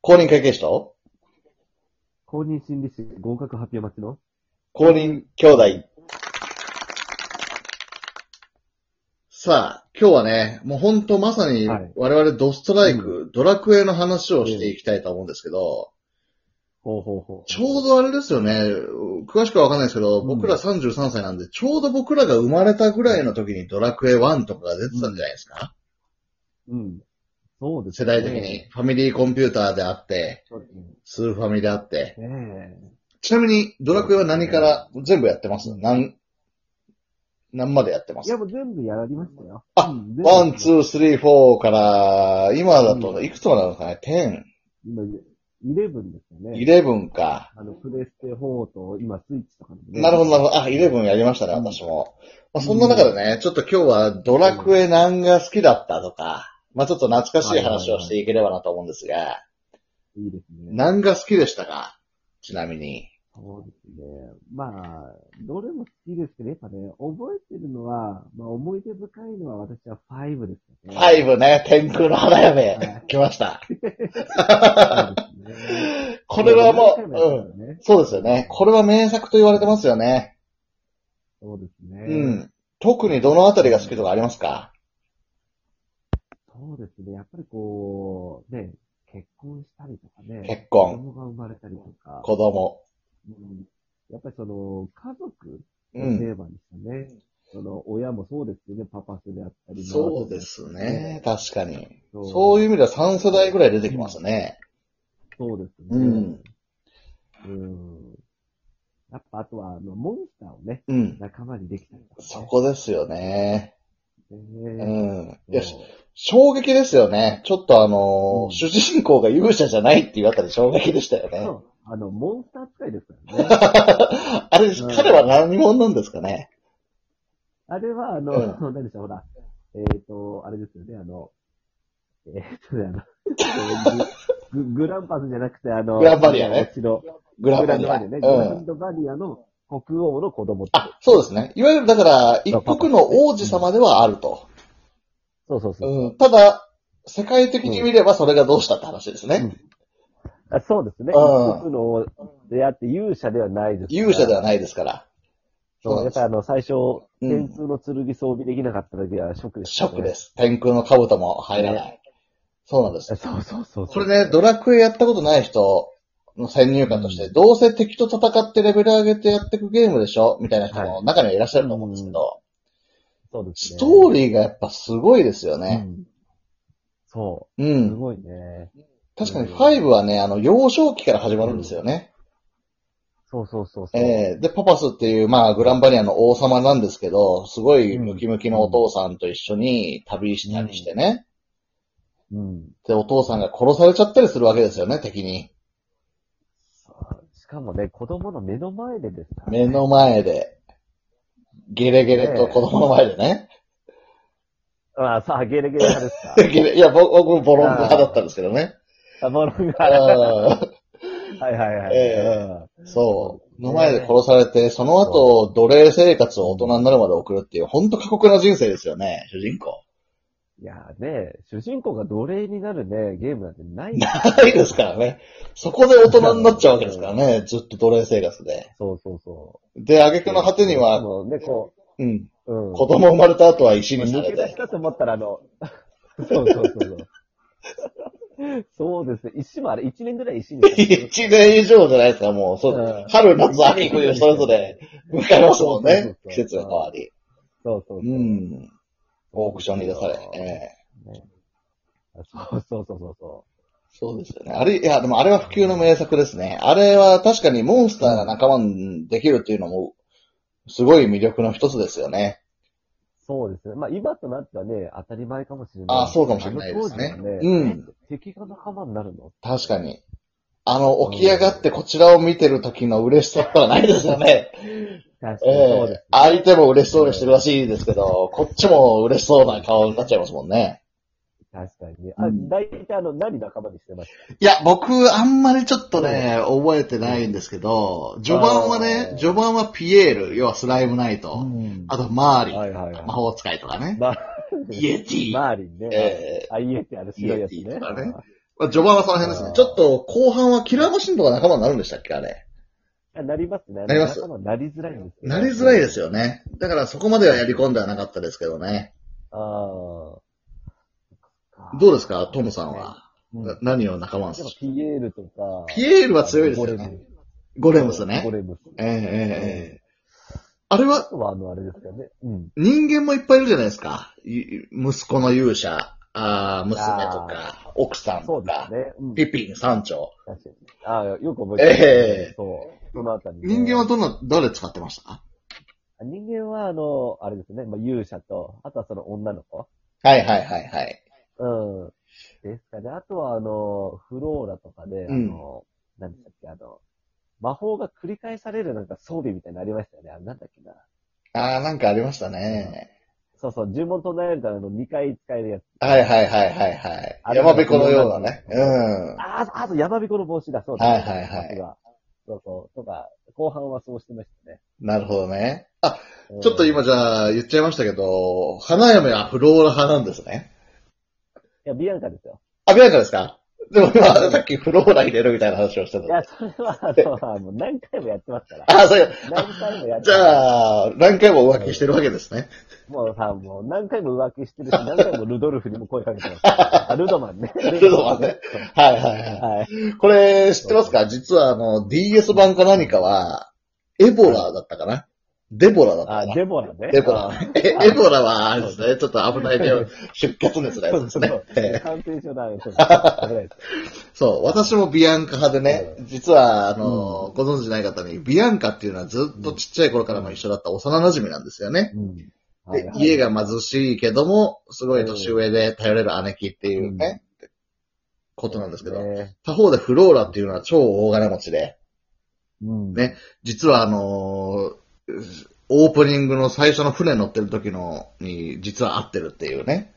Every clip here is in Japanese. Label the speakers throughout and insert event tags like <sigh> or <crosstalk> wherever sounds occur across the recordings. Speaker 1: 公認会計士と、
Speaker 2: 公認心理師合格発表待ちの
Speaker 1: 公認兄弟。さあ、今日はね、もうほんとまさに
Speaker 2: はい
Speaker 1: 我々ドストライク、ドラクエの話をしていきたいと思うんですけど、
Speaker 2: ほうほうほう。
Speaker 1: ちょうどあれですよね、詳しくはわかんないですけど、
Speaker 2: うん
Speaker 1: 僕ら33歳なんで、ちょうど僕らが生まれたぐらいの時にドラクエ1とかが出てたんじゃないですか、
Speaker 2: うん。そうです
Speaker 1: 世
Speaker 2: ね。
Speaker 1: 代的に。。ファミリーコンピューターであって、
Speaker 2: そうですね
Speaker 1: スーファミであって。
Speaker 2: ええ
Speaker 1: ちなみに、ドラクエは何から全部やってます何、何までやってま
Speaker 2: い
Speaker 1: す
Speaker 2: や、もう全部やりましたよ。
Speaker 1: あ
Speaker 2: うん、
Speaker 1: ワン、ツ
Speaker 2: ー。
Speaker 1: ー、スリー、フォーから、今だ
Speaker 2: う
Speaker 1: と、
Speaker 2: ん
Speaker 1: いくつまでなのかね ?10、
Speaker 2: 今、11ですよね。
Speaker 1: 11か。
Speaker 2: あの、プレステ4と、今、スイッチとか、ね
Speaker 1: なるほど、なるほど。あ、
Speaker 2: 11
Speaker 1: 11やりましたね、
Speaker 2: うん
Speaker 1: 私も。まあ、そんな中でね、ちょっと今日はドラクエ何が好きだったとか、まあ、ちょっと懐かしい話をしていければなと思うんですが、
Speaker 2: いいですね。
Speaker 1: 何が好きでしたかちなみに。
Speaker 2: そうですね。まあ、どれも好きですけど、やっぱね、覚えてるのは、まあ、思い出深いのは私は5ですよね。
Speaker 1: 5ね、天空の花
Speaker 2: は
Speaker 1: 嫁、来ました。
Speaker 2: そうですね。
Speaker 1: <laughs> これはもう、
Speaker 2: 何回
Speaker 1: う
Speaker 2: や
Speaker 1: ん。
Speaker 2: ったからね
Speaker 1: そうですよね。これは名作と言われてますよね。
Speaker 2: そうですね。
Speaker 1: うん。特にどのあたりが好きとかありますか
Speaker 2: そうですね。やっぱりこう、ね、結婚したりとかね。
Speaker 1: 結婚
Speaker 2: 子供が生まれたりとか。
Speaker 1: 子供。
Speaker 2: うんやっぱりその、家族を
Speaker 1: うん
Speaker 2: テーマにしたね。その、親もそうですよね。パパスであったり。
Speaker 1: そうですね。確かに。
Speaker 2: ママとか。
Speaker 1: そういう
Speaker 2: う。
Speaker 1: 意味では3世代ぐらい出てきますね。
Speaker 2: そうです
Speaker 1: う
Speaker 2: ね
Speaker 1: ん。。
Speaker 2: うん。やっぱあとは、あの、モンスターをね、
Speaker 1: うん。
Speaker 2: 仲間にできたりとか、ね。
Speaker 1: そこですよね。う
Speaker 2: ね。
Speaker 1: ん。い
Speaker 2: そ
Speaker 1: や
Speaker 2: う、
Speaker 1: 衝撃ですよね。ちょっとあのー
Speaker 2: うん
Speaker 1: 主人公が勇者じゃないっていうあたり衝撃でしたよね。
Speaker 2: そうあの、モンスター扱いですからね。
Speaker 1: あれ、
Speaker 2: うん
Speaker 1: 彼は何者なんですかね。
Speaker 2: あれは、あの、
Speaker 1: う
Speaker 2: <laughs> 何でしょう、ほら、えっ、ー、と、あれですよね、あの、えっ、ー、と
Speaker 1: <laughs>
Speaker 2: ね、あの、グググランパスじゃなくて、あの、
Speaker 1: グランバリアね
Speaker 2: お城
Speaker 1: グラ
Speaker 2: グラ
Speaker 1: バ
Speaker 2: ン
Speaker 1: リ
Speaker 2: ド
Speaker 1: ア。
Speaker 2: バ
Speaker 1: う
Speaker 2: リアね、グラン
Speaker 1: ん。
Speaker 2: ドバリアの国王の子供って。
Speaker 1: あ、そうですね。いわゆるだから、一国の王子様ではあると。
Speaker 2: そうそうそう。
Speaker 1: うん。ただ、世界的に見ればそれがどうしたって話ですね。
Speaker 2: あそうですね。
Speaker 1: うん
Speaker 2: 一国の王であって勇者ではないですから。
Speaker 1: 勇者ではないですから。
Speaker 2: そう。やっぱりあの、最初、
Speaker 1: うん
Speaker 2: 天空の剣装備できなかった時はショックでし
Speaker 1: シ
Speaker 2: た、
Speaker 1: ョックです。天空の兜も入らない。そうなんです。
Speaker 2: そうそうそうそう。
Speaker 1: これね、ドラクエやったことない人の先入観として、どうせ敵と戦ってレベル上げてやっていくゲームでしょみたいな人も中にはいらっしゃると思うんですけど、
Speaker 2: そうですね。
Speaker 1: ストーリーがやっぱすごいですよね
Speaker 2: う。んそうう。す
Speaker 1: ん。
Speaker 2: ごいね。
Speaker 1: 確かに5はね、あの、幼少期から始まるんですよね。
Speaker 2: そうそうそうそう。
Speaker 1: ええで、パパスっていう、まあ、グランバリアの王様なんですけど、すごいムキムキのお父さんと一緒に旅したりしてね。
Speaker 2: うん。
Speaker 1: で、お父さんが殺されちゃったりするわけですよね、敵に。
Speaker 2: しかもね、子供の目の前でですから
Speaker 1: 目
Speaker 2: ね
Speaker 1: の前で、ゲレゲレと子供の前でね。 <laughs>
Speaker 2: あさあ、ゲレゲレ派ですか
Speaker 1: ゲレいや、僕、僕ボロン派だったんですけどね。
Speaker 2: あ、ボロが。は
Speaker 1: う
Speaker 2: いはいはい。
Speaker 1: えんそう。目の前で殺されて、その
Speaker 2: そ
Speaker 1: 後、奴隷生活を大人になるまで送るっていう、ほんと過酷な人生ですよね、主人公。 <laughs>
Speaker 2: うんいやーね、主人公が奴隷になるね、ゲームなんてない。
Speaker 1: ないですからね。そこで大人になっちゃうわけですからね、ずっと奴隷生活で。
Speaker 2: そうそうそ
Speaker 1: で、挙
Speaker 2: う。
Speaker 1: 句の果てには、
Speaker 2: もうね、こ
Speaker 1: うん、
Speaker 2: う、うん。
Speaker 1: 子供生まれた後は石にさ
Speaker 2: 抜
Speaker 1: れ。
Speaker 2: け出してたと思ったら、あの、そうそうそうそう。そうですね。石もあれ、一年ぐらい石に
Speaker 1: <laughs> 一年以上じゃないですか、もう。そう
Speaker 2: うん
Speaker 1: 春、夏、秋、冬、それぞれ迎えますもんね。季節の変わり。
Speaker 2: そうそうそう。
Speaker 1: うん。オークションに出され。ええ
Speaker 2: そうそうそうそうそ
Speaker 1: そうですよね。あれ、いや、でもあれは普及の名作ですね。あれは確かにモンスターが仲間にできるっていうのも、すごい魅力の一つですよね。
Speaker 2: う。そうですね。まあ今となってはね、当たり前かもしれない。
Speaker 1: あそうかもしれないですね
Speaker 2: あの当時は
Speaker 1: うん。
Speaker 2: 敵が仲間になるの
Speaker 1: 確かに。あの、起き上がってこちらを見てる時の嬉しさったらないですよね。
Speaker 2: 確か
Speaker 1: え
Speaker 2: に
Speaker 1: え
Speaker 2: そうです。
Speaker 1: 相手も嬉しそうにしてるらしいですけど、こっちも嬉しそうな顔になっちゃいますもんね。
Speaker 2: 確かにね。
Speaker 1: う
Speaker 2: あ、
Speaker 1: ん
Speaker 2: 大体あの、何仲間にしてまし
Speaker 1: いや、僕、あんまりちょっとね、覚えてないんですけど、序盤はね
Speaker 2: あ、ー
Speaker 1: 序盤はピエール、要はスライムナイ
Speaker 2: た
Speaker 1: ト、
Speaker 2: ん
Speaker 1: あとマーリン、
Speaker 2: はいはいはい。
Speaker 1: 魔法使いとかね。
Speaker 2: まあ、
Speaker 1: イエティ。
Speaker 2: マーリンね。
Speaker 1: え
Speaker 2: あ、イエティあの白いやつ
Speaker 1: イエティ
Speaker 2: ね
Speaker 1: とかね。まあ、序盤はその辺ですね。ちょっと、後半はキラーマシンとか仲間になるんでしたっけあれ。
Speaker 2: あなりますね。
Speaker 1: なります
Speaker 2: 仲間なりづらいんですけど
Speaker 1: なりづらいですよね。だからそこまではやり込んではなかったですけどね。
Speaker 2: ああ。
Speaker 1: どうですかトムさんは。
Speaker 2: うん
Speaker 1: な何を仲間にす
Speaker 2: で
Speaker 1: る
Speaker 2: もピエールとか。
Speaker 1: ピエールは強いですよ
Speaker 2: ゴレ
Speaker 1: ね
Speaker 2: ム。
Speaker 1: ゴレムスね
Speaker 2: ゴ。レムス。
Speaker 1: えええええ
Speaker 2: う
Speaker 1: え。あれ
Speaker 2: あ
Speaker 1: は
Speaker 2: とは、あの、あれですかね。うん。
Speaker 1: 人間もいっぱいいるじゃないですか。い息子の勇者、あー娘とか、奥さん
Speaker 2: そ
Speaker 1: と
Speaker 2: うです
Speaker 1: か、
Speaker 2: ね。うん。
Speaker 1: ピピン、山頂。
Speaker 2: 確かに。ああ、よく覚えて
Speaker 1: ええ
Speaker 2: そう。そのあたりね。
Speaker 1: 人間はどんな、誰使ってました
Speaker 2: 人間は、あの、あれですね。まあ、勇者と、あとはその女の子。
Speaker 1: はいはいはいはい。
Speaker 2: うん。ですかね。あとは、あの、フローラとかで、あの、何でしたっけ、あの、魔法が繰り返されるなんか装備みたいなのありましたよね。あれなんだっけな。
Speaker 1: ああ、なんかありましたね。
Speaker 2: そうそう、呪文唱えるための2回使えるやつ。
Speaker 1: はいはいはいはいはい。
Speaker 2: あれ
Speaker 1: 山べこのようなね。
Speaker 2: う
Speaker 1: うんん。
Speaker 2: ああ、あと、やまびこの帽子だ、そう
Speaker 1: はいはいはい
Speaker 2: さすがそうそう。とか、後半はそうしてましたね。
Speaker 1: なるほどね。あ、
Speaker 2: うん
Speaker 1: ちょっと今じゃあ言っちゃいましたけど、花嫁はフローラ派なんですね。
Speaker 2: いや、ビアンカですよ。
Speaker 1: あ、ビアンカですかでも今、さっきフローラ入れるみたいな話をして
Speaker 2: い
Speaker 1: た。
Speaker 2: や、それは、あの、もう何回もやってますから。
Speaker 1: あ、そういう。
Speaker 2: 何回もやって
Speaker 1: じ
Speaker 2: あ、
Speaker 1: ゃあ、何回も浮気してるわけですね。
Speaker 2: もうさ、もう何回も浮気し
Speaker 1: <laughs>
Speaker 2: てるし、何回もルドルフにも声かけてますから。あルドマンね。
Speaker 1: ルドマンね。はいはいは
Speaker 2: はい。
Speaker 1: い。これ、知ってますか実はあの、DS 版か何かは、エボラだったかなデボラだったか
Speaker 2: あ、
Speaker 1: な
Speaker 2: デボラね。
Speaker 1: デボラ
Speaker 2: あ。
Speaker 1: <laughs> えエボラは、あれですね、ちょっと危ない病、出血熱だ
Speaker 2: そ
Speaker 1: よ
Speaker 2: う
Speaker 1: です
Speaker 2: そう
Speaker 1: ね。ええ
Speaker 2: 感染症だよ。そ
Speaker 1: <laughs>
Speaker 2: うそう危ないです
Speaker 1: そう、私もビアンカ派でね、実は、あの、ご存知ない方に、ビアンカっていうのはずっとちっちゃい頃からも一緒だった幼馴染なんですよね。
Speaker 2: うんは
Speaker 1: で
Speaker 2: いはい
Speaker 1: 家が貧しいけども、すごい年上で頼れる姉貴っていうね、ことなんですけど、
Speaker 2: ね
Speaker 1: 他方でフローラっていうのは超大金持ちで、
Speaker 2: うん。
Speaker 1: ね実はあのーオープニングの最初の船乗ってる時のに、実は合ってるっていうね。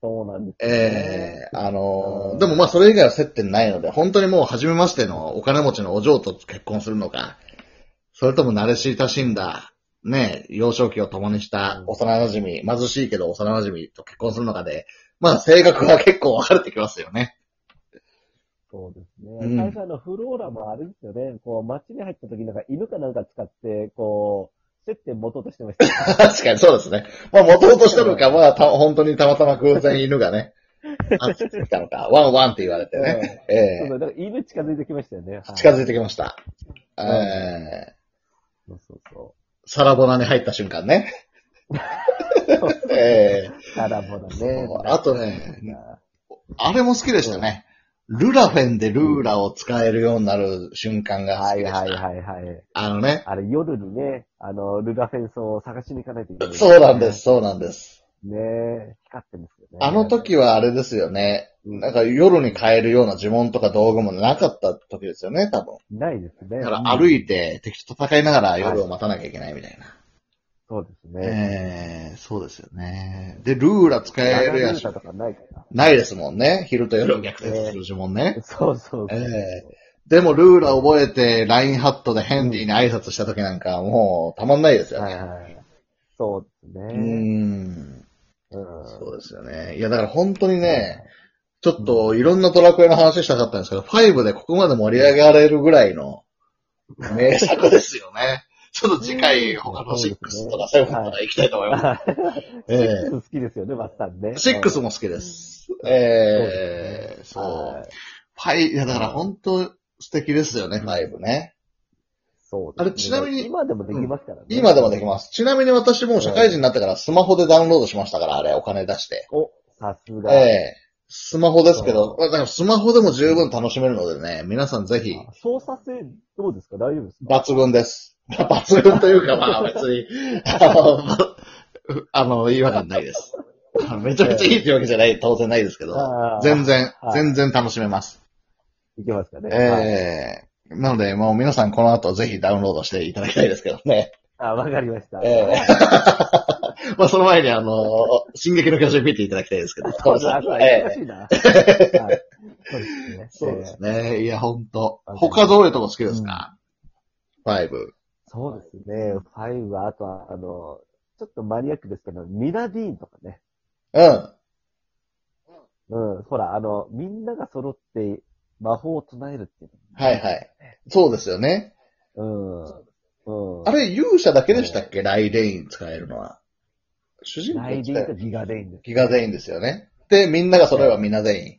Speaker 2: そうなんですよね。
Speaker 1: ええあのー
Speaker 2: うん
Speaker 1: でもまあそれ以外は接点ないので、本当にもう初めましてのお金持ちのお嬢と結婚するのか、それとも慣れ親しんだ、ね、幼少期を共にした幼馴染、貧しいけど幼馴染と結婚するのかで、まあ性格は結構分かれてきますよね。
Speaker 2: そうですね。
Speaker 1: うん
Speaker 2: 最初あの、フローラもあれですよね。こう、街に入った時なんか犬かなんか使って、こう、接点持とうとしてましたよね。
Speaker 1: 確かにそうですね。まあ元々したのか、まあた本当にたまたま偶然犬が
Speaker 2: <laughs>
Speaker 1: ね、あっち来たのか、ワンワンって言われてね。 <laughs> え
Speaker 2: うんそ
Speaker 1: え
Speaker 2: うそう、なんか犬近づいてきましたよね。はい
Speaker 1: 近づいてきました。え
Speaker 2: ん
Speaker 1: え
Speaker 2: そうそうそ
Speaker 1: サラボナに入った瞬間ね。
Speaker 2: う。
Speaker 1: ええ
Speaker 2: タラボだね
Speaker 1: そう。あとねあれも好きでしたね。ルラフェンでルーラを使えるようになる瞬間が好き
Speaker 2: はい
Speaker 1: でした。
Speaker 2: はいはいはい。
Speaker 1: あのね。
Speaker 2: あれ、夜にね、あの、ルラフェンスを探しに行かないといけない。
Speaker 1: そうなんで。す、そうなんです。
Speaker 2: ねえ、光ってますよね。
Speaker 1: あの時はあれですよね。なんか夜に買えるような呪文とか道具もなかった時ですよね、多分。
Speaker 2: ないですね。
Speaker 1: だから歩
Speaker 2: い
Speaker 1: いて敵と戦いながら夜を待たなきゃいけないみたいな。
Speaker 2: そうですね。
Speaker 1: ええそうですよね。で、ルーラ使
Speaker 2: え
Speaker 1: えるや
Speaker 2: ル
Speaker 1: つ
Speaker 2: タとかないから。
Speaker 1: ないですもんね。昼と夜を逆転する呪文ね。
Speaker 2: そうそうそう。
Speaker 1: ええでもルーラ覚えて、ラインハットでヘンリーに挨拶した時なんかもうたまんないですよね。
Speaker 2: はいはい。そうです
Speaker 1: う
Speaker 2: ね。
Speaker 1: ん。
Speaker 2: うん
Speaker 1: そうですよね。いや、だから本当にね、ちょっといろんなドラクエの話したかったんですけど、5でここまで盛り上がれるぐらいの名作ですよね。ちょっと次回、他の6とか7とか行きたいと思います。え
Speaker 2: シックス好きですよね、マスタン
Speaker 1: え
Speaker 2: ね。
Speaker 1: 6も好きです。ええ
Speaker 2: は
Speaker 1: そ。。
Speaker 2: いう
Speaker 1: ファイ、いや、だから本当素敵ですよね、5ね。
Speaker 2: そう
Speaker 1: あ
Speaker 2: ですね。
Speaker 1: れちなみに
Speaker 2: 今でもできますからね。。
Speaker 1: 今でもできますす。ちなみに私もう社会人になってからスマホでダウンロードしましたから、あれ、お金出して。
Speaker 2: お、さすが。
Speaker 1: ええスマホですけど、
Speaker 2: そ
Speaker 1: だからスマホでも十分楽しめるのでね、皆さんぜひ、
Speaker 2: 操作性どうですか大丈夫ですか
Speaker 1: 抜群です。 <laughs> 抜群というか、 <laughs> まあ別に、あの、まあの、違和感ないです。あ <laughs> のめちゃめちゃいいってわけじゃない、当然ないですけど、
Speaker 2: あー
Speaker 1: 全然
Speaker 2: は、い
Speaker 1: 全然楽しめます。
Speaker 2: いけますかね。はい
Speaker 1: ええなので、もう皆さんこの後ぜひダウンロードしていただきたいですけど <laughs> ね。
Speaker 2: あ、わかりました。
Speaker 1: ええまあその前にあの、進撃の巨人見ていただきたいですけど、
Speaker 2: そうですね。あそ
Speaker 1: <laughs>
Speaker 2: う
Speaker 1: ええ
Speaker 2: 難し <laughs> いな。はいそうですね。
Speaker 1: そうですね。いや、ほんと。
Speaker 2: あ
Speaker 1: 他どういうとこ好きですか、ファイブ。
Speaker 2: そうですね。ファイブは、あとは、あの、ちょっとマニアックですけど、ミナディーンとかね。
Speaker 1: うん。
Speaker 2: うん、ほら、あの、みんなが揃って魔法を唱えるっていう
Speaker 1: はいはい。そうですよね。
Speaker 2: の。うん。うん。
Speaker 1: あれ、勇者だけでしたっけライレイン使えるのは。主人
Speaker 2: ラ
Speaker 1: 公
Speaker 2: イデ
Speaker 1: 使
Speaker 2: ィ
Speaker 1: え
Speaker 2: ンとギガデインです。
Speaker 1: ギガ全員ですよね。で、みんなが揃えばみんな全員。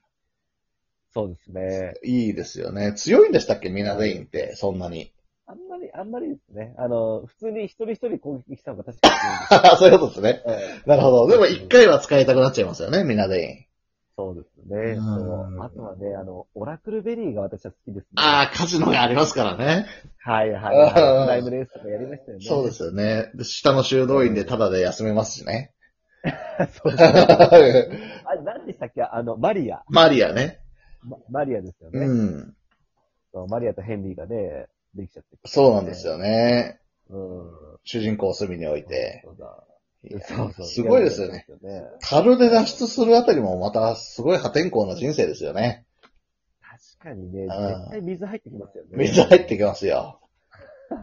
Speaker 2: そうですね。
Speaker 1: いいですよね。強いんでしたっけみんな全員って、そんなに。 <laughs>
Speaker 2: あんまり、あんまりですね。あの、普通に一人一人攻撃した方が確かに強いんです
Speaker 1: そういうことですね。
Speaker 2: けどええ <laughs>
Speaker 1: なるほど。でも一回は使いたくなっちゃいますよね、みんな全員。
Speaker 2: そうですね。
Speaker 1: うん
Speaker 2: そうあとはね、あの、オラクルベリーが私は好きですね。
Speaker 1: ああ、カジノがありますからね。
Speaker 2: はいはい
Speaker 1: あ
Speaker 2: は
Speaker 1: ー
Speaker 2: い。プライムレースとかやりましたよね。。
Speaker 1: そうです
Speaker 2: <laughs>
Speaker 1: すよね。で下の修道院でタダで休めますし <laughs> ね。
Speaker 2: そ
Speaker 1: <laughs>
Speaker 2: うですね。あれ、何でしたっけあの、マリア。
Speaker 1: マリアね。
Speaker 2: まマリアですよね、
Speaker 1: うん。
Speaker 2: そうマリアとヘンリーがね、できちゃって。
Speaker 1: そうなんですよね。
Speaker 2: うん。
Speaker 1: 主人公を隅に置いて。
Speaker 2: そう
Speaker 1: いや
Speaker 2: だ。そうそう。
Speaker 1: すごいですよね。。樽で脱出するあたりもまたすごい破天荒な人生ですよね。
Speaker 2: 確かにね、
Speaker 1: うん
Speaker 2: 絶対水入ってきますよね。
Speaker 1: 水入ってきますよ。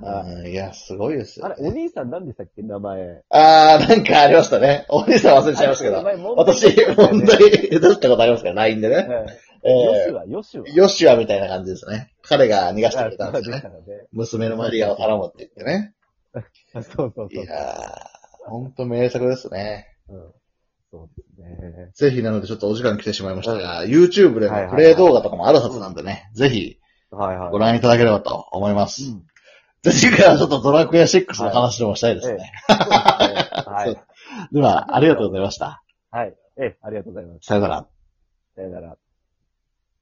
Speaker 2: は
Speaker 1: うんいや、すごいですよ
Speaker 2: あれ、お兄さん何でしたっけ名前。
Speaker 1: あー、なんかありましたね。お兄さん忘れちゃいましたけ
Speaker 2: あ
Speaker 1: ど。
Speaker 2: れ、名前問題
Speaker 1: 私、問題出したことありますから、LINE でね。
Speaker 2: はいヨシ
Speaker 1: え
Speaker 2: ュア、ヨシュア
Speaker 1: ー、。ヨシュアみたいな感じですね。彼が逃がしてくれたんです
Speaker 2: あそうで
Speaker 1: ね。
Speaker 2: したからね
Speaker 1: 娘のマリアを頼むって言ってね。
Speaker 2: あそうそう
Speaker 1: い
Speaker 2: そう。
Speaker 1: やー、ほんと名作ですね。
Speaker 2: うんそうですね。
Speaker 1: ぜひなのでちょっとお時間来てしまいましたが、YouTube でのプレイ動画とかもあるはずなんでね、ぜひ
Speaker 2: はいはい。
Speaker 1: ご覧いただければと思います。
Speaker 2: うん
Speaker 1: <laughs> ぜひからちょっとドラクエ6の話でもしたいですね。
Speaker 2: はい。
Speaker 1: <laughs>
Speaker 2: はい
Speaker 1: では、ありがとうございました。
Speaker 2: はい。ええ、ありがとうございます。
Speaker 1: さよなら。
Speaker 2: さよなら。